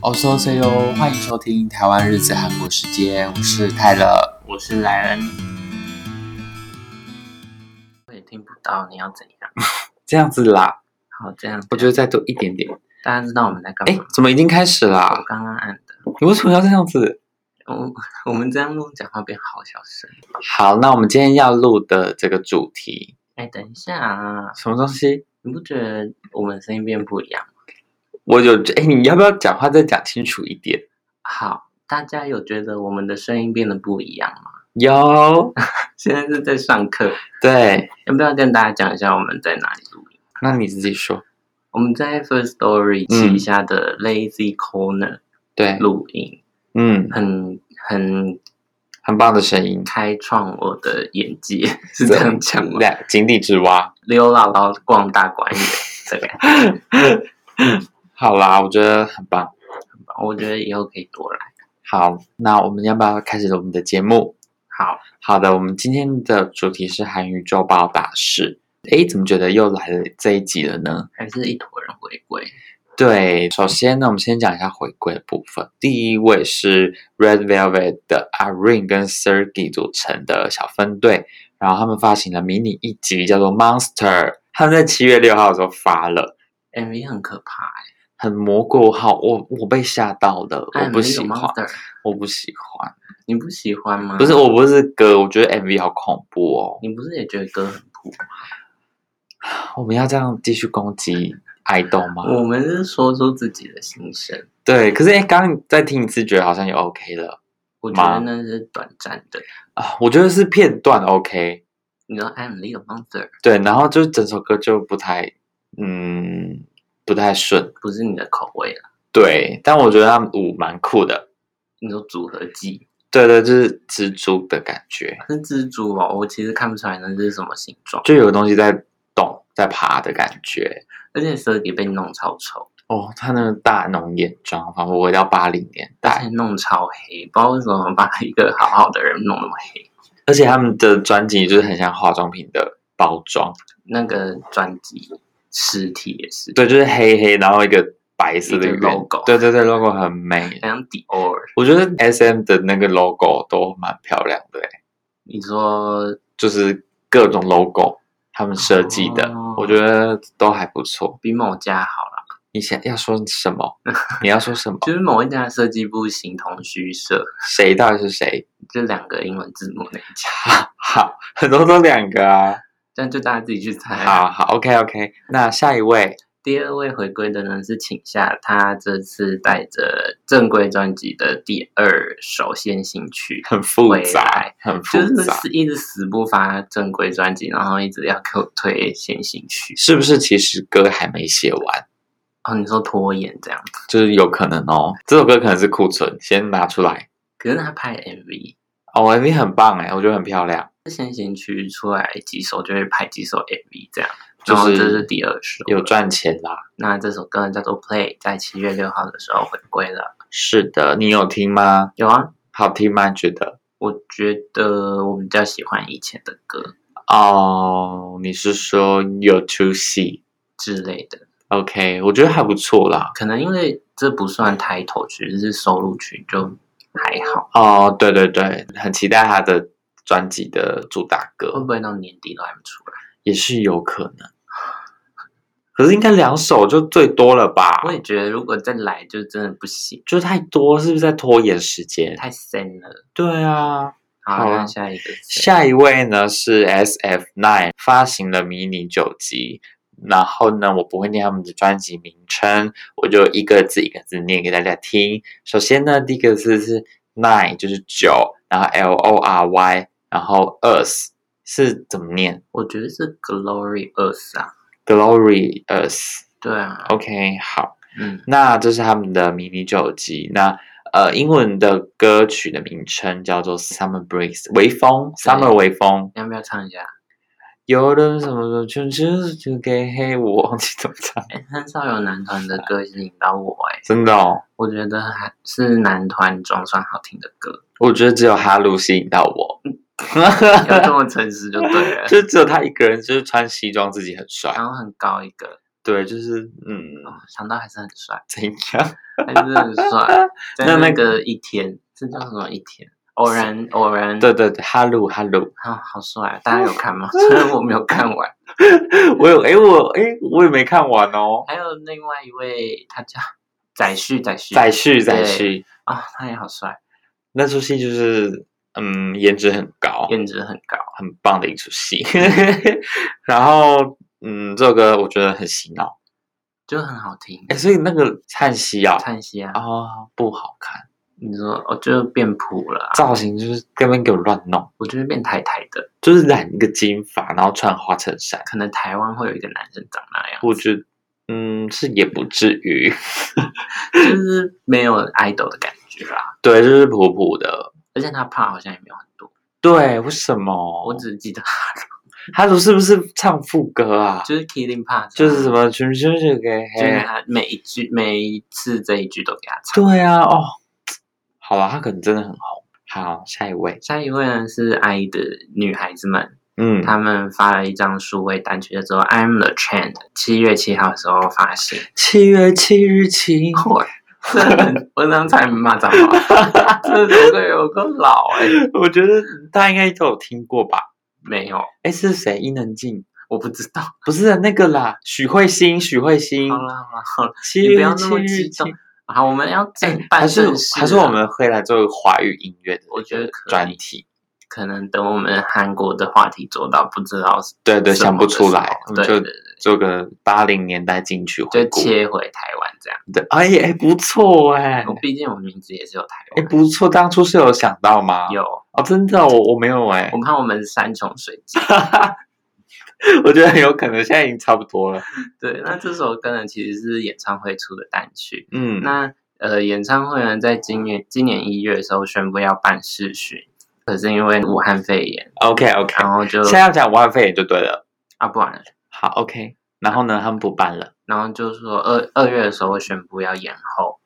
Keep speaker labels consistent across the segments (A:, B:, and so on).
A: 哦，so say 哟，欢迎收听《台湾日子韩国时间》，我是泰勒。
B: 我是莱恩。我也听不到你要怎样。
A: 这样子啦，
B: 好，这样
A: 我觉得再多一点点。
B: 大家知道我们在干
A: 哎
B: 嘛？，
A: 怎么已经开始
B: 我
A: 啦？
B: 刚刚按的。
A: 你为什么要这样子？
B: 我我们这样录讲话变好小声。
A: 好，那我们今天要录的这个主题，
B: 哎，等一下啊！
A: 什么东西？
B: 你不觉得我们声音变不一样吗？
A: 我有哎，你要不要讲话再讲清楚一点？
B: 好，大家有觉得我们的声音变得不一样吗？
A: 有，
B: 现在是在上课，
A: 对，
B: 要不要跟大家讲一下我们在哪里录音？
A: 那你自己说。
B: 我们在 First Story
A: 嗯
B: 旗下的 Lazy Corner
A: 对，
B: 录音，
A: 嗯，
B: 很很
A: 很棒的声音，
B: 开创我的眼界， 是这样讲吗？
A: 对，井底之蛙。
B: 溜姥姥逛大观园这个样子
A: 好啦，我觉得很棒。
B: 吧，我觉得以后可以多来。
A: 好，那我们要不要开始我们的节目？
B: 好，
A: 好的，我们今天的主题是韩语周报大事。诶，怎么觉得又来了这一集了呢？
B: 还是一坨人回归。
A: 对，首先呢，我们先讲一下回归的部分。第一位是 Red Velvet 的 Irene 跟 Sergey 组成的小分队，然后他们发行了迷你一集，叫做 Monster。他们在七月六号的时候发了，
B: MV 很可怕、欸，
A: 很蘑菇号，我我被吓到了，我
B: 哎
A: 不喜
B: 没有
A: 欢，
B: Monster，
A: 我不喜欢。
B: 你不喜欢吗？
A: 不是，，我不是歌，我觉得 MV 好恐怖哦。
B: 你不是也觉得歌很酷吗？
A: 我们要这样继续攻击爱豆吗？
B: 我们是说出自己的心声，
A: 对，可是哎，诶刚刚再听一次，觉得好像也 OK 了
B: 我觉
A: 妈
B: 得那是短暂的。
A: 啊。我觉得是片段 OK，
B: 你知道 I'm a little monster
A: 对，然后就整首歌就不太，嗯，不太顺。
B: 不是你的口味了，
A: 对，但我觉得他们舞蛮酷的。
B: 你说组合技
A: 对对，就是蜘蛛的感觉，
B: 是蜘蛛哦，我其实看不出来那是什么形状，
A: 就有个东西在动，在爬的感觉。
B: 而且蛇给被弄超丑，
A: 哦，他那个大浓眼妆，仿佛回到八零年
B: 而
A: 代。
B: 且弄超黑，不知道为什么把一个好好的人弄那么黑。
A: 而且他们的专辑就是很像化妆品的包装，
B: 那个专辑实体也是，，
A: 对，就是黑黑，然后一个白色的
B: 一个
A: 圆
B: logo
A: 对对对，logo 很美。
B: 像 Dior，
A: 我觉得 S M 的那个 logo 都蛮漂亮的欸、
B: 你说
A: 就是各种 logo 他们设计的，
B: 哦
A: 我觉得都还不错。
B: 比某家好了，
A: 你想要说什 么？你要说什么？
B: 就是某一家的设计部形同虚设，
A: 谁到底是谁？
B: 就两个英文字母那一家，
A: 好，很多都两个啊。
B: 这样就大家自己去猜
A: 好
B: 啊。
A: 好，OK OK。那下一位，
B: 第二位回归的呢是请夏，他这次带着正规专辑的第二首先行曲。
A: 很复
B: 未
A: 杂
B: 来，
A: 很复
B: 就是
A: 杂，
B: 一直死不发正规专辑，然后一直要给我推先行曲。
A: 是不是？其实歌还没写完。
B: 哦，你说拖延这样，
A: 就是有可能哦。这首歌可能是库存，先拿出来。
B: 可是他拍 MV，
A: 哦，MV 很棒哎，我觉得很漂亮，
B: 先行曲出来几首就会拍几首 MV 这样，
A: 就
B: 然后
A: 是
B: 这是第二首了
A: 有。赚钱啦。
B: 那这首歌叫做《Play》，在七月六号的时候回归了。
A: 是的，你有听吗？
B: 有啊，
A: 好听吗？觉得？
B: 我觉得我比较喜欢以前的歌
A: 哦，你是说有出戏
B: 之类的，
A: ？OK，我觉得还不错啦。
B: 可能因为这不算抬头曲，这是收录曲，就还好。
A: 哦，对对对，很期待他的专辑的主打
B: 会
A: 歌，
B: 不会到年底都还没出来？
A: 也是有可能。可是应该两首就最多了吧？
B: 我也觉得如果再来就真的不行，
A: 就太多，是不是在拖延时间？
B: 太深了。
A: 对啊，
B: 好，
A: 好啊
B: 那下一个谁
A: 下一位呢是 S F Nine 发行了迷你九辑，然后呢，我不会念他们的专辑名称，我就一个字一个字念给大家听。首先呢，第一个字是 Nine，就是九，然后 L O R Y，然后 Earth 是怎么念
B: 我觉得是 Glory Earth 啊，
A: ？Glory Earth。
B: 对啊，
A: OK，好，
B: 嗯，
A: 那这是他们的迷你九辑。那呃，英文的歌曲的名称叫做 Summer Breeze，微风，Summer 微风。
B: 要不要唱一下？
A: 有人什么时候就就就给黑我，忘记怎么唱，
B: 哎，很少有男团的歌吸引到我哎、
A: 真的哦，
B: 我觉得还是男团中算好听的歌，
A: 我觉得只有哈鲁吸引到我，
B: 嗯有这么诚实就对
A: 。
B: 了
A: 就只有他一个人，就是穿西装，自己很帅，
B: 然后很高一个，
A: 对，就是嗯，
B: 哦想到还是很帅，
A: 怎样？
B: 还是 很帅。在
A: 那那
B: 那个一天，这叫什么一天？偶然，偶然，
A: 对对对哈鲁哈鲁，
B: 啊，好帅！大家有看吗？ 虽然我没有看完。
A: 我有哎、我哎、我也没看完哦。
B: 还有另外一位，他叫载旭，载旭，
A: 再续再
B: 对
A: 续，
B: 啊，他也好帅，
A: 那出戏就是嗯，颜值很高，
B: 颜值很高。
A: 很棒的一出戏。 然后嗯，这首歌我觉得很洗脑，
B: 就很好听。
A: 哎、所以那个灿熙啊，
B: 看一下，
A: 啊、不好看，
B: 你说哦，就变普了啊、
A: 造型就是根本给我乱弄，
B: 我觉得变台台的，
A: 就是染一个金发，然后穿花衬衫，
B: 可能台湾会有一个男生长那样，
A: 我觉得嗯是也不至于，
B: 就是没有 idol 的感觉啦。
A: 对，就是普普的。
B: 而且他怕好像也没有很多，
A: 对，为什么？
B: 我只记得
A: 哈鲁是不是唱副歌啊？
B: 就是 Killing Part，
A: 就是什，么全全是给
B: 就是他每一句每一次这一句都给他唱。
A: 对啊，哦，好了，他可能真的很红。好，下一位，
B: 下一位呢是 I 的女孩子们，
A: 嗯，
B: 她们发了一张数位单曲，叫做《I'm the Trend》，七月七号的时候发行。
A: 七月七日 晴。
B: 嚯，这人我刚才骂 脏话，这首歌有个老哎、
A: 我觉得大家应该都有听过吧？
B: 没有，
A: 哎，是谁？伊能静？
B: 我不知道。
A: 不是啊那个啦，许慧欣，许慧欣
B: 好。啦好啦好啦，
A: 嗯七
B: 你不
A: 月
B: 要那
A: 七
B: 么
A: 日
B: 激
A: 晴
B: 动。好，我们要正
A: 还
B: 办
A: 是
B: 正事啊、
A: 还是我们会来做华语音乐的，
B: 我觉得可以
A: 专题。
B: 可能等我们韩国的话题做到，不知道是
A: 对对，
B: 什么
A: 想不
B: 的
A: 出
B: 时
A: 来，
B: 候
A: 我
B: 对
A: 们就
B: 对对，
A: 做个八零年代金曲回
B: 就
A: 顾。
B: 切回台湾这样。
A: 的，哎哎，不错哎、
B: 我毕竟我名字也是有台
A: 哎，
B: 湾，
A: 不错，当初是有想到吗？
B: 有
A: 哦，真的，我我没有哎、
B: 我怕我们山穷水 尽。
A: 我觉得很有可能现在已经差不多了。
B: 对，那这首歌呢，其实是演唱会出的单曲，
A: 嗯，
B: 那呃，演唱会呢，在今年今年一月的时候宣布要办试巡，可是因为武汉肺炎，
A: OK OK，
B: 然后就
A: 现在要讲武汉肺炎就对了。
B: 啊不然了，
A: 好 OK，然后呢，他们不办了。
B: 然后就说二二月的时候宣布要延后，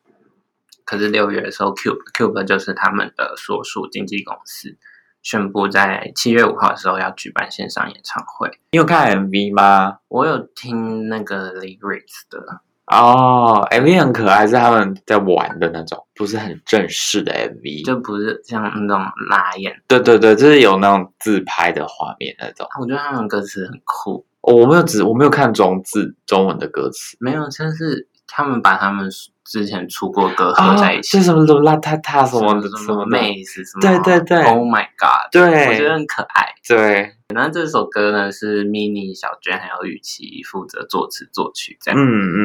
B: 可是六月的时候，Cube Cube 就是他们的所属经纪公司。宣布在七月五号的时候要举办线上演唱会。
A: 你有看 MV 吗？
B: 我有听那个 lyrics 的，
A: 哦，MV 很可爱，是他们在玩的那种，不是很正式的 MV。
B: 就不是像那种拉演，
A: 对对对，就是有那种自拍的画面那种。
B: 我觉得他们歌词很酷，
A: 哦我没有只我没有看中字中文的歌词
B: 没有，就是他们把他们之前出过歌合
A: 啊，
B: 在一起，
A: 是什么邋遢遢什
B: 什
A: 么的
B: 什
A: 么
B: 么
A: 的，
B: 妹子什么，
A: 对对对
B: ，Oh my God，我觉得
A: 对
B: 很可爱。
A: 对，
B: 那这首歌呢是 mini 小娟还有雨琦负责作词作曲，这样、
A: 嗯嗯。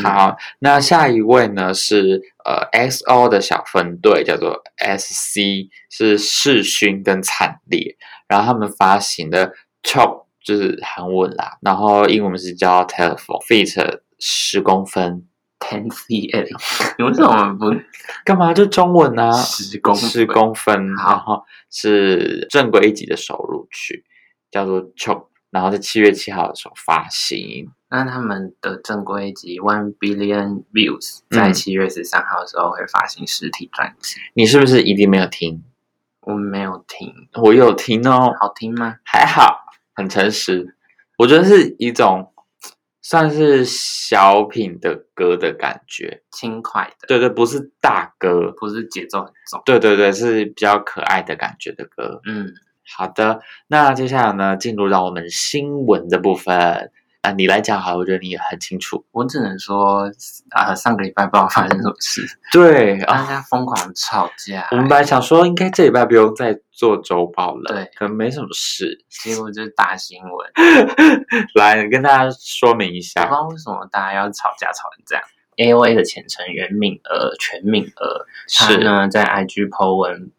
B: 嗯
A: 好，那下一位呢是呃 XO 的小分队，叫做 SC，是世勋跟惨烈，然后他们发行的 Chop 就是韩文啦，然后英文是叫 Telephone，feat 十公分，
B: ten cm，你 为什么不
A: 干嘛？就中文啊，
B: 十公分
A: 十公分，
B: 好
A: 然后是正规一级的收录曲，叫做 Chop，然后在七月七号的时候发行，
B: 那他们的正规集 One Billion Views
A: 嗯
B: 在七月十三号的时候会发行实体专辑，
A: 你是不是一定没有听？
B: 我没有听，
A: 我有听哦，
B: 好听吗？
A: 还好，很诚实。我觉得是一种算是小品的歌的感觉，
B: 轻快的，
A: 对对，不是大歌，
B: 不是节奏很重，
A: 对对对，是比较可爱的感觉的歌。
B: 嗯。
A: 好的，那接下来呢，进入到我们新闻的部分。啊，你来讲好了，我觉得你也很清楚。
B: 我只能说，啊、上个礼拜不知道发生什么事，
A: 对
B: 大
A: 啊，
B: 家疯狂吵架，
A: 我们本来想说，应该这礼拜不用再做周报了，
B: 对
A: 可能没什么事。
B: 结果就是大新闻。我
A: 来跟大家说明一
B: 不知
A: 下，
B: 道为什么大家要吵架吵成这样。A O A 的前成员敏娥全敏娥，她
A: 是
B: 呢在 I G po 文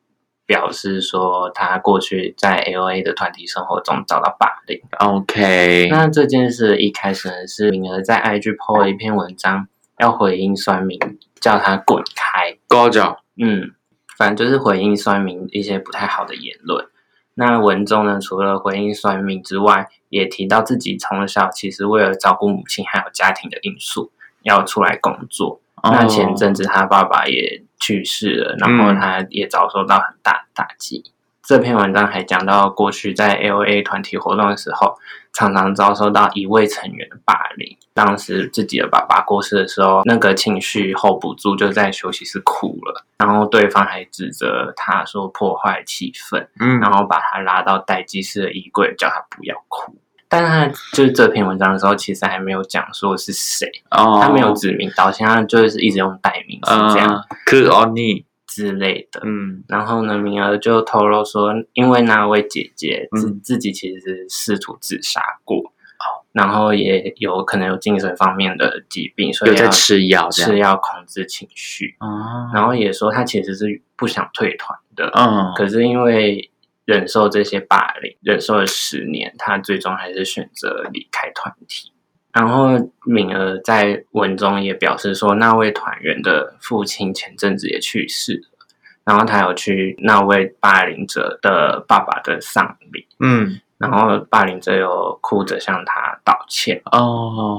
B: 表示说，她过去在 A O A 的团体生活中遭到霸凌。
A: OK，
B: 那这件事一开始呢是敏娥在 I G po 了一篇文章，要回应酸民，叫他滚开。
A: 高脚，
B: 嗯，反正就是回应酸民一些不太好的言论。那文中呢，除了回应酸民之外，也提到自己从小其实为了照顾母亲还有家庭的因素，要出来工作。
A: 哦
B: 那前
A: 真。
B: 阵子他爸爸也去世了，然后
A: 嗯
B: 他也遭受到很大的打击。这篇文章还讲到，过去在 L A 团体活动的时候，常常遭受到一位成员的霸凌。当时自己的爸爸过世的时候，那个情绪 hold 不住，就在休息室哭了。然后对方还指责他说破坏气氛，
A: 嗯
B: 然后把他拉到待机室的衣柜，叫他不要哭。但他就是这篇文章的时候，其实还没有讲说是谁，
A: 哦，
B: 他没有指名道姓，他就是一直用代名词
A: 嗯
B: 这样
A: ，good on you，
B: 之类的。
A: 嗯
B: 然后呢，敏儿就透露说，因为那位姐姐自、
A: 嗯
B: 自己其实试图自杀过，然后也有可能有精神方面的疾病，所
A: 有
B: 以
A: 在
B: 要
A: 吃药这
B: 是
A: 样，
B: 要控制情绪。
A: 哦，
B: 然后也说她其实是不想退团的，
A: 嗯，
B: 可是因为忍受这些霸凌，忍受了十年，她最终还是选择离开团体。然后敏儿在文中也表示说，那位团员的父亲前阵子也去世了，然后他有去那位霸凌者的爸爸的丧礼，
A: 嗯
B: 然后霸凌者有哭着向他道歉。
A: 哦，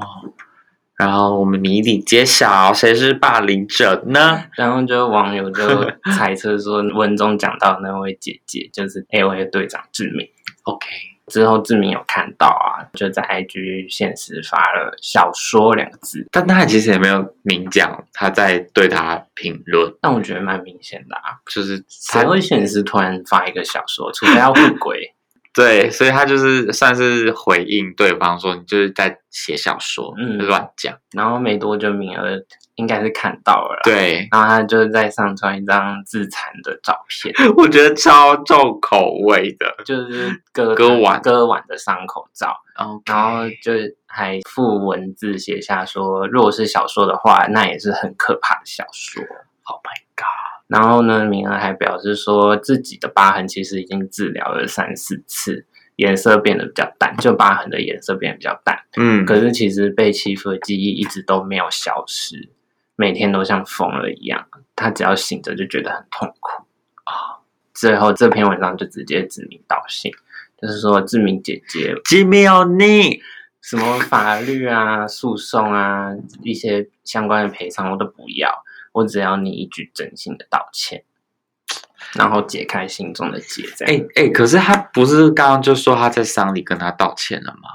A: 然后我们谜底揭晓，谁是霸凌者呢？
B: 然后就网友就猜测说，文中讲到那位姐姐就是 L A 队长志敏。
A: OK，
B: 之后志明有看到啊，就在 IG 现实发了“小说”两个字，
A: 但他其实也没有明讲他在对他评论，
B: 但我觉得蛮明显的啊，
A: 就是
B: 才会现实突然发一个小说，除非要互轨。
A: 对，所以他就是算是回应对方说你就是在写小说，
B: 嗯
A: 就乱讲。
B: 然后没多久，敏儿应该是看到了啦，，
A: 对，
B: 然后他就在上传一张自残的照片，
A: 我觉得超重口味的。
B: 就是割
A: 割腕
B: 割腕的伤口照，
A: OK，
B: 然后就还附文字写下说，如果是小说的话，那也是很可怕的小说。
A: Oh my God，
B: 然后呢，敏儿还表示说自己的疤痕其实已经治疗了三四次，颜色变得比较淡，就疤痕的颜色变得比较淡。
A: 嗯，
B: 可是其实被欺负的记忆一直都没有消失，每天都像疯了一样。他只要醒着就觉得很痛苦啊。最后这篇文章就直接指名道姓，就是说志明姐姐
A: 吉米奥尼，
B: 什么法律啊、 诉讼啊一些相关的赔偿我都不要，我只要你一句真心的道歉，然后解开心中的结。这
A: 哎
B: 样，
A: 哎，可是他不是刚刚就说他在丧礼跟他道歉了吗？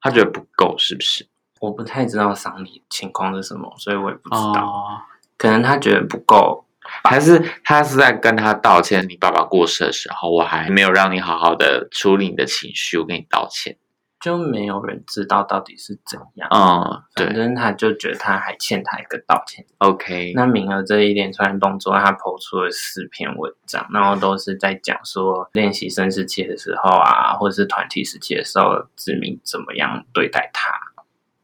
A: 他觉得不够是不是？
B: 我不太知道丧礼情况是什么，所以我也不知道，
A: 哦，
B: 可能他觉得不够。
A: 还是他是在跟他道歉？你爸爸过世的时候，我还没有让你好好的处理你的情绪，我跟你道歉。
B: 就没有人知道到底是怎样，
A: 嗯，
B: 反
A: 对
B: 正他就觉得他还欠他一个道歉。
A: ，OK，
B: 那敏儿这一连串动作，他抛出了四篇文章，然后都是在讲说练习生时期的时候啊，或者是团体时期的时候，志明怎么样对待他。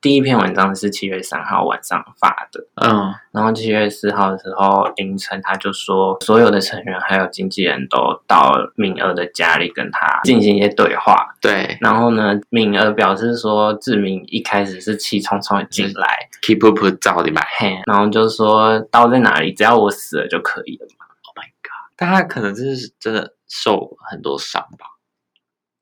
B: 第一篇文章是七月三号晚上发的，
A: 嗯
B: 然后七月四号的时候凌晨，他就说所有的成员还有经纪人都到敏儿的家里跟他进行一些对话。
A: 对
B: 然后呢，敏儿表示说，志明一开始是气冲冲的进来，
A: ，keep up 照的吧。
B: 嘿，然后就说刀在哪里，只要我死了就可以了嘛。
A: 但他可能真是真的受很多伤吧，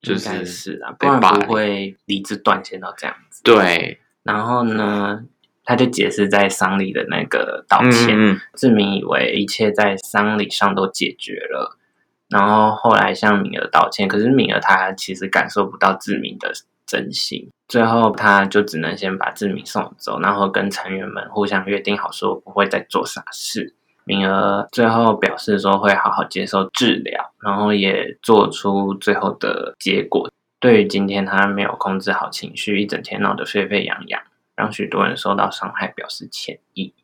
A: 就
B: 应该
A: 是
B: 是啊，不
A: 被
B: 然
A: 霸
B: 不
A: 凌
B: 会理智断线到这样子。
A: 对，
B: 然后呢，他就解释在丧礼的那个道歉，
A: 嗯嗯
B: 志明以为一切在丧礼上都解决了，然后后来向敏儿道歉，可是敏儿她其实感受不到志明的真心。最后，他就只能先把志明送走，然后跟成员们互相约定好，说不会再做傻事。敏儿最后表示说会好好接受治疗，然后也做出最后的结果。对于今天他没有控制好情绪，一整天闹得沸沸扬扬，让许多人受到伤害，表示歉意。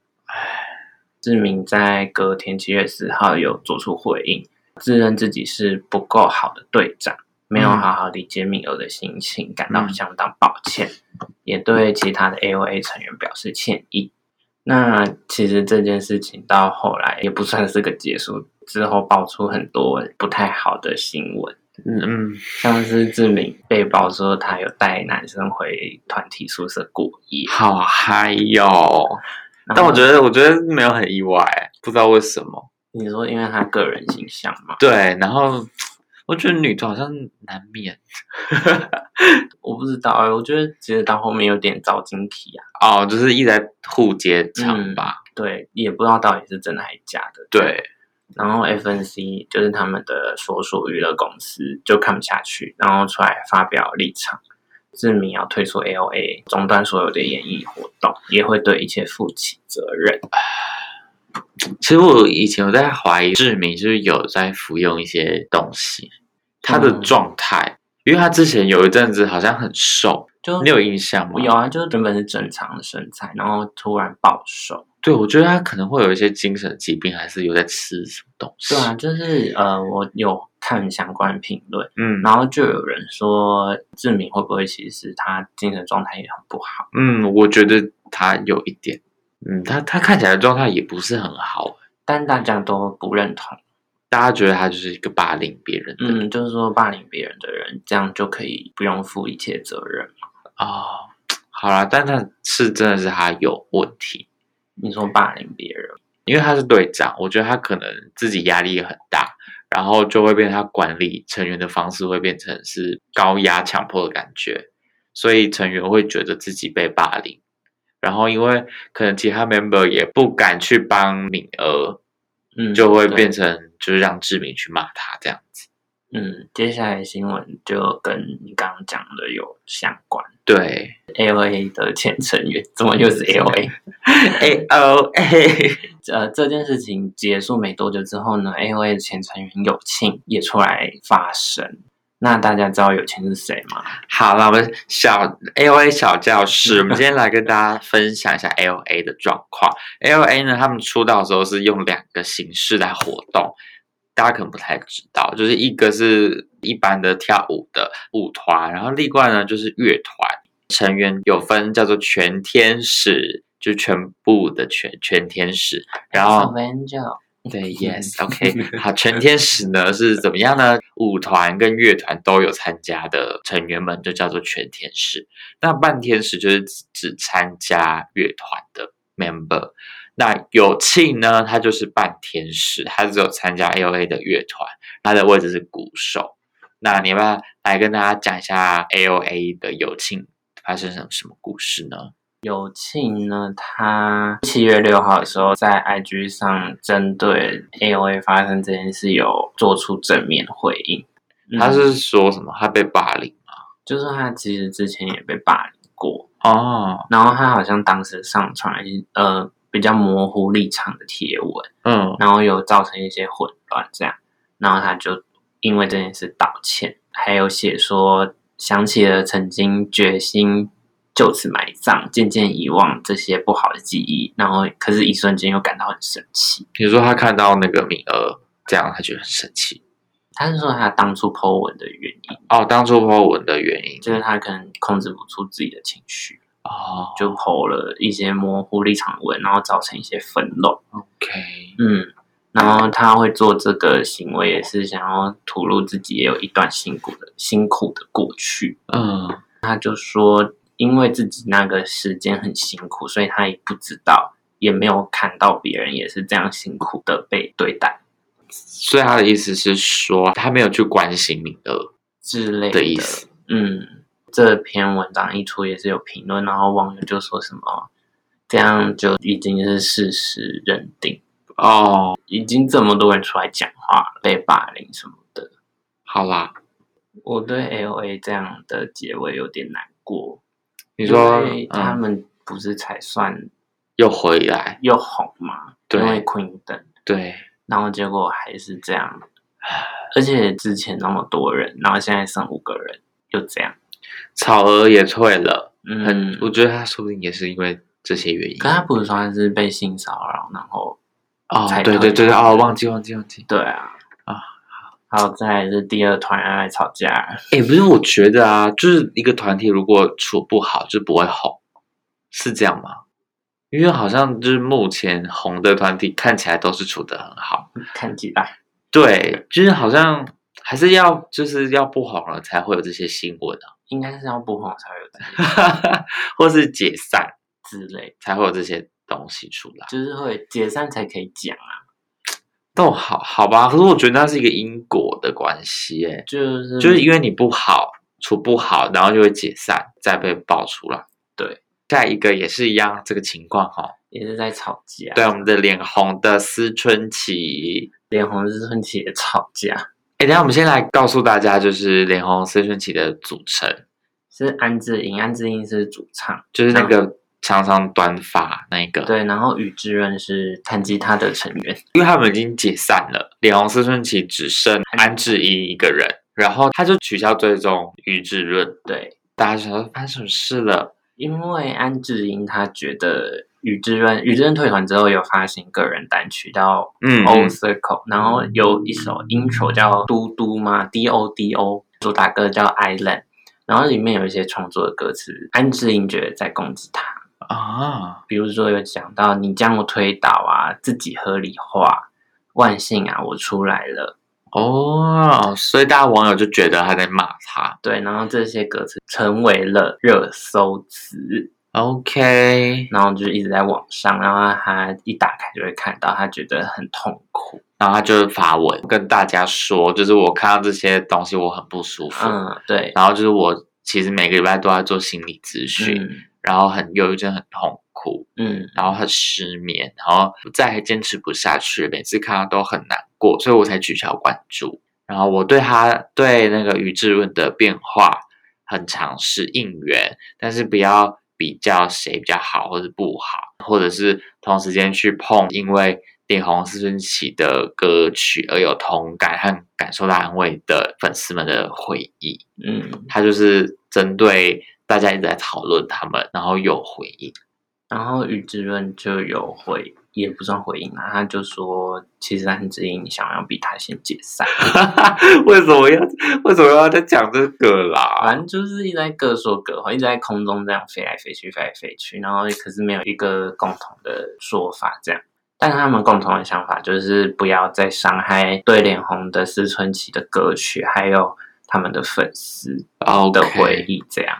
B: 志明在隔天七月四号有做出回应，自认自己是不够好的队长，没有好好理解敏儿的心情，感
A: 嗯
B: 到相当抱歉，也对其他的 AOA 成员表示歉意。那其实这件事情到后来也不算是个结束，之后爆出很多不太好的新闻，
A: 嗯嗯，
B: 像是志明被爆说他有带男生回团体宿舍过夜，
A: 好嗨哟、
B: 然后
A: 但我觉得，我觉得没有很意外，不知道为什么。
B: 你说因为他个人形象嘛，
A: 对，然后我觉得女团好像难免
B: 我不知道哎、我觉得其实到后面有点遭惊体啊，
A: 哦，就是一直在互接场吧。
B: 对，也不知道到底是真的还是假的。
A: 对，
B: 然后 FNC 就是他们的所属娱乐公司就看不下去，然后出来发表立场，自明要退出 LA，中断所有的演艺活动，也会对一切负起责任。
A: 其实我以前有在怀疑志明是不是有在服用一些东西，他的
B: 嗯
A: 状态，因为他之前有一阵子好像很瘦，
B: 就
A: 你有印象吗？
B: 我有啊，就是原本是正常的身材，然后突然暴瘦。
A: 对，我觉得他可能会有一些精神疾病，还是有在吃什么东西。
B: 对啊，就是呃，我有看相关评论，
A: 嗯
B: 然后就有人说志明会不会其实他精神状态也很不好？
A: 嗯，我觉得他有一点，嗯，他他看起来状态也不是很好，
B: 但大家都不认同，
A: 大家觉得他就是一个霸凌别人的人
B: 嗯，就是说霸凌别人的人，这样就可以不用负一切责任。
A: 哦。好啦，但那是真的是他有问题，
B: 你说霸凌别人，
A: 因为他是队长，我觉得他可能自己压力也很大，然后就会变成他管理成员的方式会变成是高压强迫的感觉，所以成员会觉得自己被霸凌，然后因为可能其他 member 也不敢去帮敏儿，
B: 嗯，
A: 就会
B: 对
A: 变成就是让志明去骂他这样子。
B: 嗯，接下来新闻就跟你刚刚讲的有相关。
A: 对
B: L A 的前成员怎么又是 L A？
A: ，A O A，
B: 呃，这件事情结束没多久之后呢，A.O.A 的前成员友庆也出来发声。那大家知道友庆是谁吗？
A: 好了，我们小 A O A 小教室， 我们今天来跟大家分享一下 A O A 的状况。A O A 呢，他们出道的时候是用两个形式来活动，大家可能不太知道，就是一个是一般的跳舞的舞团，然后另外呢就是乐团，成员有分叫做全天使，就全部的全全天使，然后
B: a n g e l
A: 对，yes，OK，、好，全天使呢是怎么样呢？舞团跟乐团都有参加的成员们就叫做全天使，那半天使就是只只参加乐团的 member。那有庆呢，他就是半天使，他只有参加 A O A 的乐团，他的位置是鼓手。那你要不要来跟大家讲一下 A O A 的有庆发生什么什么故事呢？
B: 友庆呢，他七月六号的时候在 IG 上针对 A.O.A 发生这件事有做出正面回应。嗯
A: 他是说什么？他被霸凌
B: 就是他其实之前也被霸凌过，
A: 哦，
B: 然后他好像当时上传了一呃比较模糊立场的贴文。
A: 嗯，
B: 然后有造成一些混乱这样，然后他就因为这件事道歉，还有写说想起了曾经决心就此埋葬，渐渐遗忘这些不好的记忆，然后可是一瞬间又感到很生气。
A: 比如说他看到那个敏儿这样，他觉得很生气。
B: 他是说他当初 Po 文的原因，
A: 哦，当初 po 文的原因
B: 就是他可能控制不住自己的情绪，
A: 哦
B: 就 Po 了一些模糊立场文，然后造成一些纷乱。
A: ，OK，
B: 嗯，然后他会做这个行为，也是想要吐露自己也有一段辛苦的辛苦的过去。
A: 嗯
B: 他就说，因为自己那个时间很辛苦，所以他也不知道，也没有看到别人也是这样辛苦的被对待
A: 所以他的意思是说，他没有去关心敏儿
B: 之类
A: 的意思。
B: 嗯，这篇文章一出也是有评论，然后网友就说什么，这样就已经是事实认定，
A: 哦。
B: 已经这么多人出来讲话被霸凌什么的。
A: 好啦，
B: 我对 L A 这样的结尾有点难过。
A: 你说
B: 因为他
A: 嗯
B: 们不是才算
A: 又回来，
B: 又红嘛？因为
A: 对
B: Queen 等，
A: 对，
B: 然后结果还是这样，而且之前那么多人，然后现在剩五个人，就这样。
A: 草儿也退了，很，
B: 嗯，
A: 我觉得他说不定也是因为这些原因
B: 可。他不是说他是被性骚扰，然后
A: 哦，
B: 才
A: 对对对
B: 退
A: 对，
B: 团
A: 哦，忘记忘记忘记。
B: 对啊
A: 啊，
B: 还有再来是第二团爱吵架，
A: 哎，不是，我觉得啊，就是一个团体如果处不好，就不会红，是这样吗？因为好像就是目前红的团体看起来都是处得很好，
B: 看起来
A: 对，就是好像还是要就是要不红了才会有这些新闻
B: 应该是要不红才会有这些
A: 啊， 或是解散
B: 之类，
A: 才会有这些东西出来。
B: 就是会解散才可以讲啊，
A: 都好好吧，可是我觉得那是一个因果的关系，哎，
B: 就是
A: 就是因为你不好处不好，然后就会解散，再被爆出来。
B: 对，
A: 下一个也是一样这个情况哈、
B: 也是在吵架。
A: 对，我们的脸红的思春期。
B: 脸红是春期的吵架，
A: 哎，等一下我们先来告诉大家，就是脸红思春期的组成，
B: 是安志英，安志英是主唱，
A: 就是那个常常短发那个。，
B: 对，然后宇智润是弹吉他的成员，
A: 因为他们已经解散了，脸红思春期只剩安志英一个人，然后他就取消追踪于志润，
B: 对，
A: 大家就想说发生什么事了？
B: 因为安志英他觉得宇智润，宇智润退团之后有发行个人单曲叫
A: 嗯
B: 《O Circle》，然后有一首 intro 叫《嘟嘟》嘛，D O D O，主打歌叫《Island》，然后里面有一些创作的歌词，安志英觉得在攻击他，
A: 啊，
B: 比如说有讲到你将我推倒啊，自己合理化，万幸啊，我出来了。
A: 哦，所以大家网友就觉得他在骂他。
B: 对，然后这些歌词成为了热搜词，
A: OK，
B: 然后就一直在网上，然后他一打开就会看到，他觉得很痛苦。
A: 然后他就发文跟大家说，就是我看到这些东西我很不舒服，
B: 嗯，对，
A: 然后就是我其实每个礼拜都在做心理咨询，
B: 嗯
A: 然后很忧郁症很痛苦，
B: 嗯，
A: 然后很失眠，然后再坚持不下去，每次看到都很难过，所以我才取消关注。然后我对他对那个于志润的变化很尝试应援，但是不要比较谁比较好或者不好，或者是同时间去碰因为脸红思春期的歌曲而有同感和感受到安慰的粉丝们的回忆。
B: 嗯，
A: 他就是针对大家一直在讨论他们，然后有回应。
B: 然后宇智润就有回，也不算回应啦，啊他就说，其实安之英想要比他先解散，
A: 为什么要为什么要再讲这个啦？
B: 反正就是一直在各说各话，一直在空中这样飞来飞去，飞来飞去，然后可是没有一个共同的说法这样。但他们共同的想法就是不要再伤害对脸红的思春期的歌曲，还有他们的粉丝
A: 哦
B: 的回。忆这样。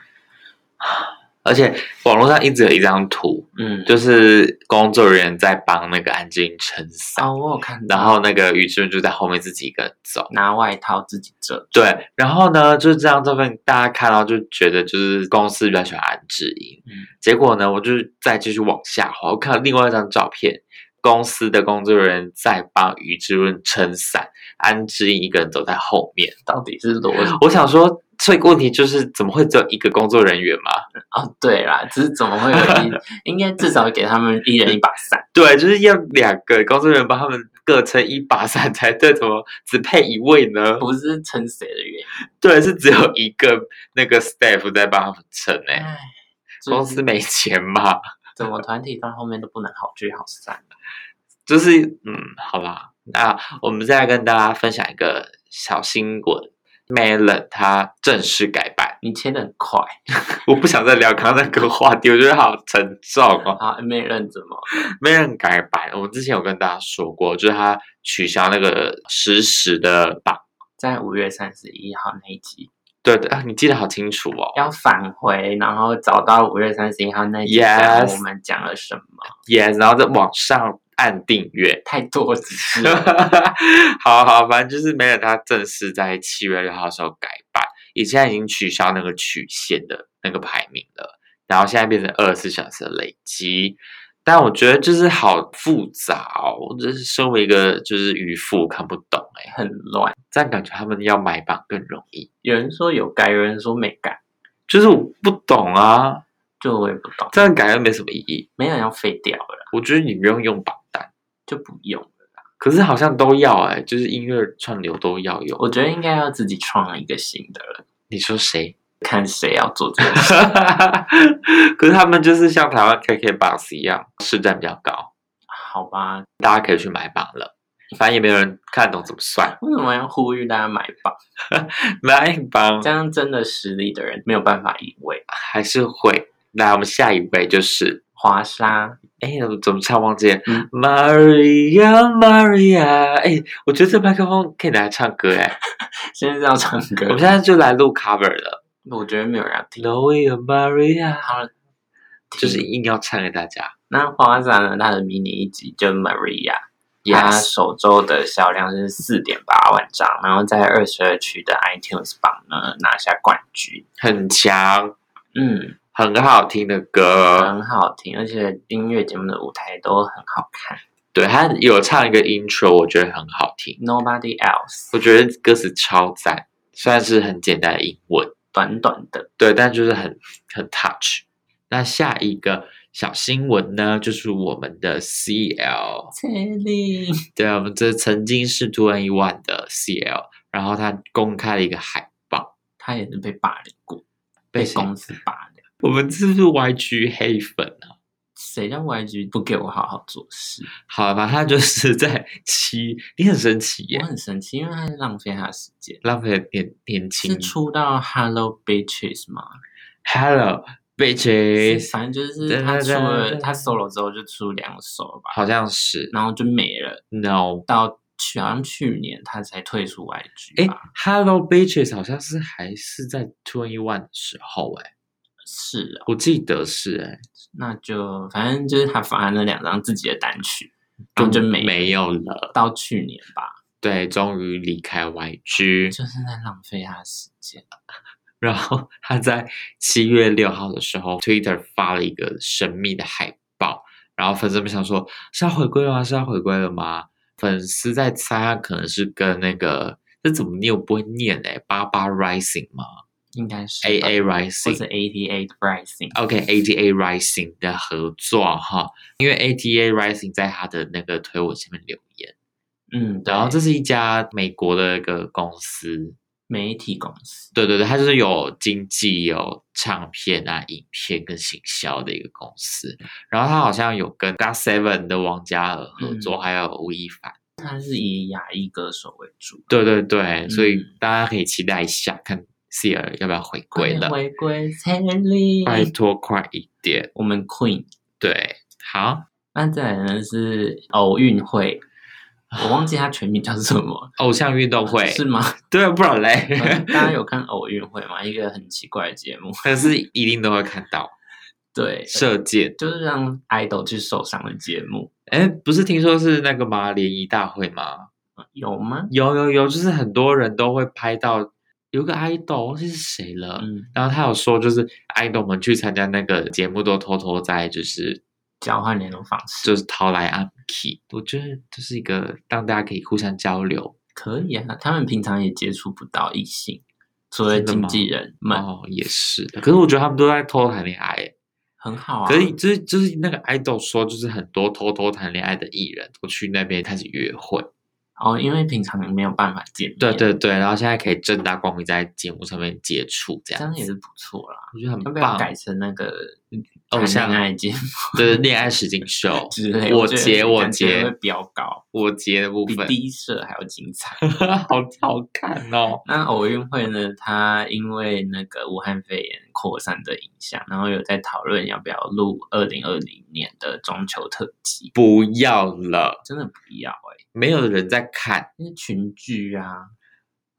A: 而且网络上一直有一张图，
B: 嗯，
A: 就是工作人员在帮那个安静撑伞，
B: 哦，我有看到，
A: 然后那个宇智就在后面自己一个人走。
B: 拿外套自己遮。
A: 对，然后呢，就是这张照片，大家看到就觉得就是公司比较喜欢安志英。
B: 嗯
A: 结果呢，我就是再继续往下滑，我看到另外一张照片，公司的工作人员在帮于志润撑伞，安志英一个人走在后面。
B: 到底是逻辑？
A: 我想说，所以问题就是怎么会只有一个工作人员嘛？
B: 哦，对啦，只是怎么会有 一？应该至少给他们一人一把伞。
A: 对，就是要两个工作人员帮他们各撑一把伞才对，怎么只配一位呢？
B: 不是撑谁的原因。
A: 对，是只有一个那个 staff 在帮他们撑诶、
B: 哎，就是
A: 公司没钱嘛。
B: 怎么团体到后面都不能好聚好散？
A: 就是嗯，好啦，那我们再来跟大家分享一个小新闻。Melon 它正式改版，
B: 你切的很快，
A: 我不想再聊刚刚那个话题，我觉得好沉重哦。
B: 啊，没认怎么？
A: Melon 改版，我之前有跟大家说过，就是它取消那个实时的榜，
B: 在五月三十一号那一集
A: 对对，啊你记得好清楚哦。
B: 要返回，然后找到五月三十一号那一集，讲
A: Yes
B: 我们讲了什么？
A: Yes，然后在网上按订阅，
B: 太多只是
A: 好好，反正就是没有他正式在七月六号的时候改版，以前已经取消那个曲线的那个排名了，然后现在变成二十四小时的累积。但我觉得就是好复杂哦，我真是身为一个就是渔夫看不懂哎、
B: 很乱。
A: 这样感觉他们要买榜更容易，
B: 有人说有改，有人说没改，
A: 就是我不懂啊，
B: 就我也不懂，
A: 这样改又没什么意义。
B: 没有人要废掉了啦，
A: 我觉得你不用用榜单，
B: 就不用了。
A: 可是好像都要哎、就是音乐串流都要有。
B: 我觉得应该要自己创一个新的了，
A: 你说谁？
B: 看谁要做这个事。
A: 可是他们就是像台湾 KKBox 一样，市占比较高，
B: 好吧，
A: 大家可以去买榜了。反正也没有人看懂怎么算，
B: 为什么要呼吁大家买榜？
A: 买榜
B: 这样真的实力的人没有办法赢位。
A: 还是会。来，我们下一位就是，
B: 华沙
A: 哎，我怎么唱忘记了、
B: 嗯
A: Maria Maria？哎，我觉得这麦克风可以拿来唱歌哎，
B: 现在是要唱歌
A: 我们，现在就来录 cover 了。
B: 我觉得没有人要听。
A: No way Maria，
B: 好了，
A: 就是硬要唱给大家。
B: 那花洒呢？它的迷你一集就 Maria，它
A: Yes，
B: 首周的销量是四点八万张，然后在二十二区的 iTunes 榜呢拿下冠军。
A: 很强。
B: 嗯，
A: 很好听的歌。
B: 很好听，而且音乐节目的舞台都很好看。
A: 对他有唱一个 intro，我觉得很好听，
B: Nobody else，
A: 我觉得歌词超赞，虽然是很简单的英文，
B: 短短的
A: 对，但就是很很 touch。那下一个小新闻呢，就是我们的 CL。
B: 这里，
A: 对啊，我们这曾经是 Two N One 的 CL，然后他公开了一个海报，
B: 他也是被霸凌过，
A: 被
B: 被
A: 谁
B: 公司霸凌。
A: 我们是不是 YG 黑粉啊？
B: 谁让 YG 不给我好好做事？
A: 好吧，他就是在七，你很生气
B: 我
A: 耶，
B: 很生气，因为他是浪费他的时间。
A: 浪费了年年轻
B: 是。出到 Hello Bitches 吗？
A: Hello
B: 是
A: bitches，
B: 反正就是
A: 对
B: 他出
A: 对对
B: 了
A: 对
B: 他 solo 之后就出两首吧，
A: 好像是
B: 然后就没了。
A: No，
B: 到去好像去年他才退出 YG
A: 哎
B: 吧？
A: ，Hello bitches 好像是还是在 Two N One 的时候，哎，
B: 是啊，
A: 我记得是哎，
B: 那就反正就是他发了两张自己的单曲，然后就没
A: 嗯没有了。
B: 到去年吧，
A: 对，终于离开 YG。
B: 就是在浪费他的时间。
A: 然后 他在七月六号的时候，Twitter 发了一个神秘的海报，然后粉丝们想说是要回归了吗？是要回归了吗？粉丝在猜他可能是跟那个这怎么念我不会念哎、八八 Rising 吗
B: 应该是
A: ？A
B: 吧
A: A
B: 或
A: Rising
B: 者 ATA 的 Rising，
A: OK，ATA Rising 的合作哈，因为 ATA Rising 在他的那个推文下面留言，
B: 嗯，
A: 然后
B: 对
A: 这是一家美国的一个公司，
B: 媒体公司，
A: 对对对，它就是有经济、有唱片啊、影片跟行销的一个公司，然后它好像有跟 g o t Seven 的王嘉尔合作，
B: 嗯
A: 还有吴亦凡，
B: 他是以亚裔歌手为主，
A: 对对对，所以
B: 嗯
A: 大家可以期待一下，看 C 尔要不要回
B: 快
A: 归
B: 点
A: 了，
B: 回归 Terry，
A: 拜托快一点，
B: 我们 Queen。
A: 对，好，
B: 那再来呢是偶运会，我忘记它全名叫什么，
A: 偶像运动 会，
B: 是吗？
A: 对，不然嘞。
B: 嗯大家有看偶运会吗？一个很奇怪的节目，
A: 但是一定都会看到
B: 对，
A: 射箭。
B: 就是让 idol 去受伤的节目，
A: 哎，不是听说是那个吗？联谊大会吗？
B: 嗯有吗？
A: 有有有，就是很多人都会拍到有个 idol 忘记是谁了，
B: 嗯，
A: 然后他有说就是 idol 们去参加那个节目都偷偷在就是
B: 交换联络方式
A: 就是淘来 a key，我觉得这是一个让大家可以互相交流。
B: 可以啊，他们平常也接触不到异性，除了
A: 真的吗
B: 经纪人们，
A: 哦，也是，可是我觉得他们都在偷偷谈恋爱耶，
B: 很好啊。
A: 可以，就是就是那个 idol 说，就是很多偷偷谈恋爱的艺人都去那边开始约会。
B: 哦，因为平常没有办法见面，
A: 对，对对，然后现在可以正大光明在节目上面接触，这
B: 这
A: 样
B: 样也
A: 子
B: 是不错啦。
A: 我觉得很
B: 要不要
A: 棒。
B: 改成那个
A: 偶像
B: 谈恋爱节目
A: 对恋爱实境秀
B: 之类的？
A: 我
B: 觉得
A: 结我
B: 感觉
A: 结
B: 会飙高。
A: 我接的部
B: 比
A: 分，
B: 第一社还要精彩。
A: 好好看哦。
B: 那奥运会呢？它因为那个武汉肺炎扩散的影响，然后有在讨论要不要录二零二零年的中秋特辑。
A: 不要了，
B: 真的不要哎、
A: 没有人在看，
B: 因为群聚啊，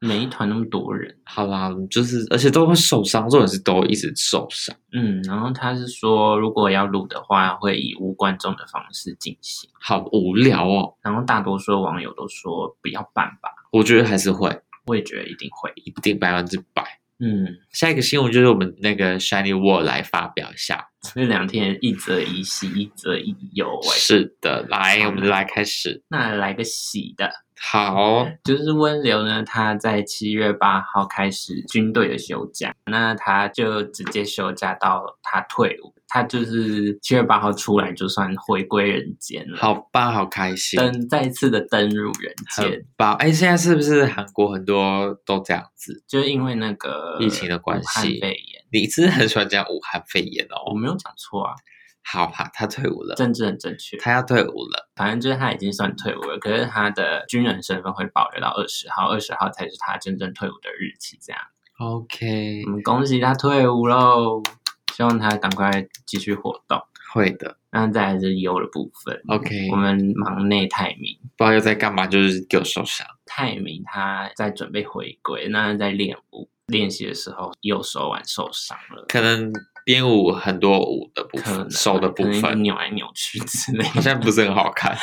B: 每一团那么多人，
A: 好啦，就是而且都会受伤，这种是都一直受伤。
B: 嗯，然后他是说，如果要录的话，会以无观众的方式进行。
A: 好无聊哦。
B: 然后大多数网友都说不要办吧，
A: 我觉得还是会
B: 我也觉得一定会。
A: 一定百分之百。
B: 嗯，
A: 下一个新闻就是我们那个 Shiny Wall 来发表一下。
B: 这两天一则一喜，一则一忧哎、
A: 是的，来，
B: 好
A: 我们来开始。
B: 那来个喜的，
A: 好，
B: 就是温流呢，他在七月八号开始军队的休假，那他就直接休假到他退伍，他就是七月八号出来就算回归人间了，
A: 好棒，好开心。
B: 登再次的登入人间
A: 很，棒！哎，现在是不是韩国很多都这样子？
B: 就是因为那个
A: 疫情的关系
B: 武汉肺炎，
A: 你是很喜欢讲武汉肺炎
B: 我
A: 哦。
B: 没有讲错啊，
A: 好吧，他退伍了，
B: 政治很正确，
A: 他要退伍了。
B: 反正就是他已经算退伍了，可是他的军人身份会保留到二十号，二十号才是他真正退伍的日期，这样。
A: OK，
B: 我们恭喜他退伍喽，希望他赶快继续活动。
A: 会的。
B: 那再来是优的部分，
A: OK，
B: 嗯我们忙内泰明，
A: 不知道又在干嘛，就是给我受伤。
B: 泰明他在准备回归，那在练舞练习的时候右手腕受伤了，
A: 可能编舞很多舞的部
B: 可能
A: 分，手的部
B: 可能
A: 分
B: 扭来扭去之类
A: 好
B: 的，
A: 像不是很好看。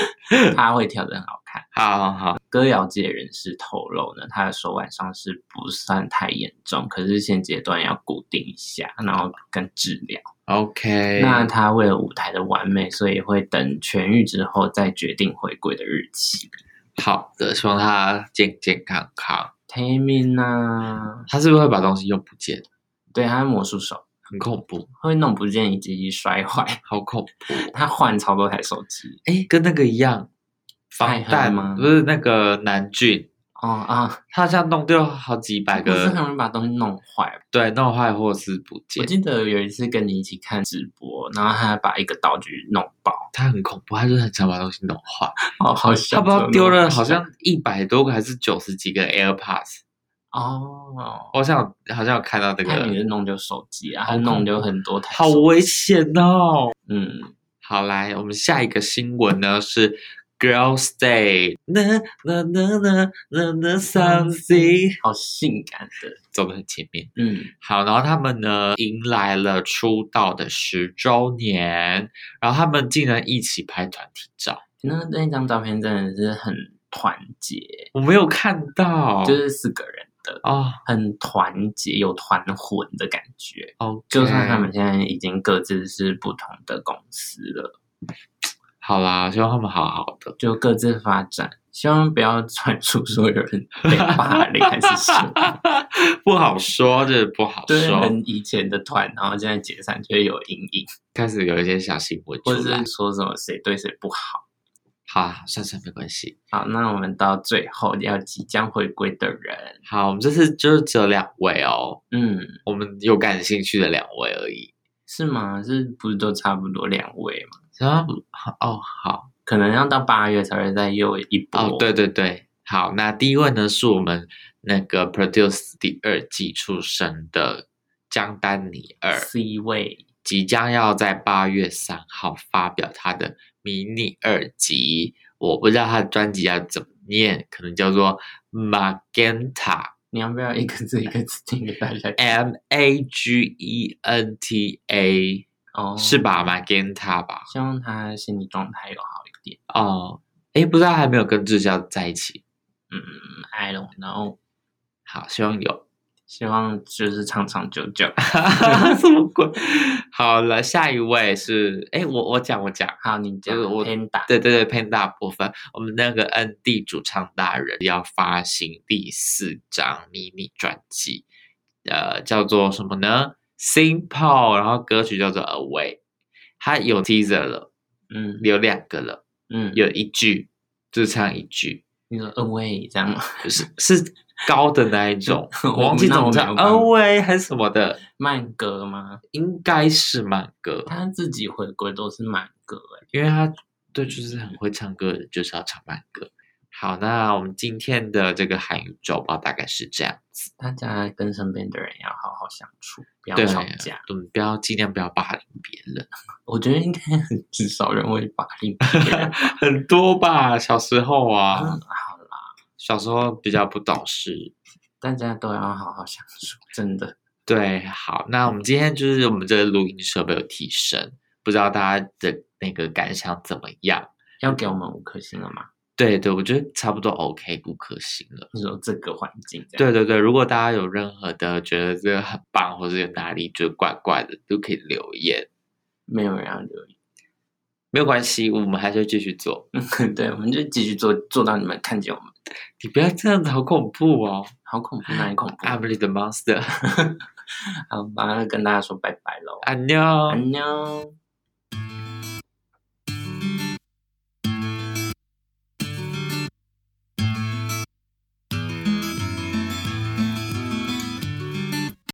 B: 他会跳得很好看。
A: 好好好，
B: 歌谣界人士透露呢，他的手腕伤势不算太严重，可是现阶段要固定一下，然后跟治疗。
A: OK，
B: 那他为了舞台的完美，所以会等痊愈之后再决定回归的日期。
A: 好的，希望他健健康康。
B: Tammy 呢？
A: 他是不是会把东西用不见？
B: 对，他是魔术手，
A: 很恐怖，
B: 会弄不见以及摔坏。
A: 好恐怖！
B: 他换超多台手机。
A: 哎，跟那个一样，防
B: 蔡亨
A: 弹
B: 吗
A: 不是那个南俊，
B: 哦啊，
A: 他好像弄丢好几百
B: 不是很
A: 个，
B: 容易把东西弄坏。
A: 对，弄坏或是不
B: 我
A: 见，
B: 记得有一次跟你一起看直播，然后他把一个道具弄爆，
A: 他很恐怖，他就是很常把东西弄坏。
B: 好好笑。
A: 他不知道丢了好像一百多个还是九十几个 AirPods，
B: 哦，
A: 我想好像有看到这
B: 他也
A: 个，
B: 是弄丢手机啊，
A: 好
B: 他
A: 恐怖
B: 弄丢很多台
A: 好
B: 手机。
A: 危险哦。
B: 嗯，
A: 好，来，我们下一个新闻呢是 Girls Day，那那那那那那 something，
B: 好性感的。
A: 走得很前面。
B: 嗯，
A: 好，然后他们呢迎来了出道的十周年，然后他们竟然一起拍团体照，
B: 那那张照片真的是很团结，
A: 我没有看到，
B: 就是四个人的，
A: 哦
B: 很团结，有团魂的感觉。
A: ，OK，
B: 就算他们现在已经各自是不同的公司了，
A: 好啦，希望他们好好的。
B: 就各自发展，希望不要传出说有人被霸凌还是 什么。
A: 不好说，这不好
B: 对，
A: 说。
B: 很以前的团，然后现在解散就会有阴影，
A: 开始有一些小新闻出
B: 或者
A: 来
B: 是，说什么谁对谁不好。
A: 好啊，算算没关系。
B: 好，那我们到最后要即将回归的人，
A: 好，我们这次就只有两位哦，
B: 嗯，
A: 我们有感兴趣的两位而已。
B: 是吗？是不是都差不多两位嘛？
A: 啊，哦，好，
B: 可能要到八月才会再又一波。
A: 哦，对，对对，好。那第一位呢，是我们那个 Produce 第二季出生的江丹尼尔，
B: C 位，
A: 即将要在八月三号发表他的迷你二辑。我不知道他的专辑要怎么念，可能叫做 Magenta
B: 你要不要一个字一个字听给大家？
A: M A G E N T A
B: 哦，
A: 是？吧？Magenta 吧？
B: 希望他心理状态有好一点。
A: 哦，诶，不知道还没有跟志孝在一起。
B: 嗯，I don't know。
A: 好，希望有。
B: 希望就是长长久久。
A: 什么鬼？好了，下一位是诶，我我讲我讲。
B: 好，你讲
A: 就是我
B: Panda
A: 对对对，Panda 部分，我们那个 ND 主唱大人要发行第四张迷你专辑，呃，叫做什么呢？Simple，然后歌曲叫做 Away，它有 teaser 了，
B: 嗯
A: 有两个了，
B: 嗯，
A: 有一句就唱一句，
B: 你说 away 这样 吗？，
A: 是是高的那一种
B: 我
A: 忘记怎
B: 那我
A: 么
B: 没
A: 唱
B: 有办法
A: ，Away 还是什么的，
B: 慢歌吗？
A: 应该是慢歌，
B: 他自己回归都是慢歌哎、
A: 因为他对就是很会唱歌的，就是要唱慢歌。好，那我们今天的这个韩语周报大概是这样子，
B: 大家跟身边的人要好好相处，不要
A: 对，
B: 吵架。
A: 我们不要尽量不要霸凌别人，
B: 我觉得应该很至少人会把另
A: 很多吧，小时候啊，
B: 嗯好啦，
A: 小时候比较不懂事。
B: 大家都要好好相处，真的。
A: 对，好，那我们今天就是我们这个录音设备有提升，不知道大家的那个感想怎么样？
B: 要给我们五颗星了吗？
A: 对对，我觉得差不多 OK，五颗星了。
B: 你说这个环境这
A: 对
B: 样，
A: 对对，如果大家有任何的觉得这个很棒，或者有哪里觉得怪怪的，都可以留言，
B: 没有人要留
A: 没有关系，我们还是会继续做。
B: 言， 对，我们就继续做，做到你们看见我们，
A: 你不要这样子，好恐怖哦
B: 好恐怖，哪里恐怖？
A: ！I'm really the monster，
B: 好吧，那跟大家说拜拜喽，
A: 安妞。
B: 安妞。